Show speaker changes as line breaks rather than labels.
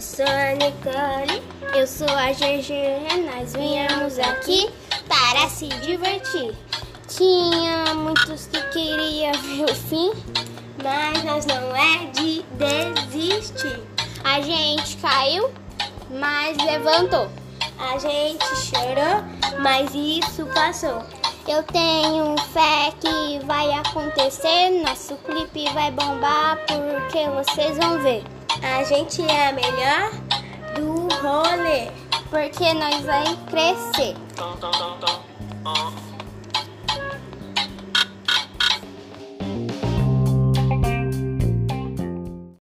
sou a Nicole.
Eu sou a GG. Nós viemos aqui para se divertir. Tinha muitos que queria ver o fim, mas nós não é de desistir. A gente caiu, mas levantou.
A gente chorou, mas isso passou.
Eu tenho fé que vai acontecer. Nosso clipe vai bombar porque vocês vão ver.
A gente é a melhor do rolê.
Porque nós vamos crescer.
Dum, dum, dum, dum. Uh,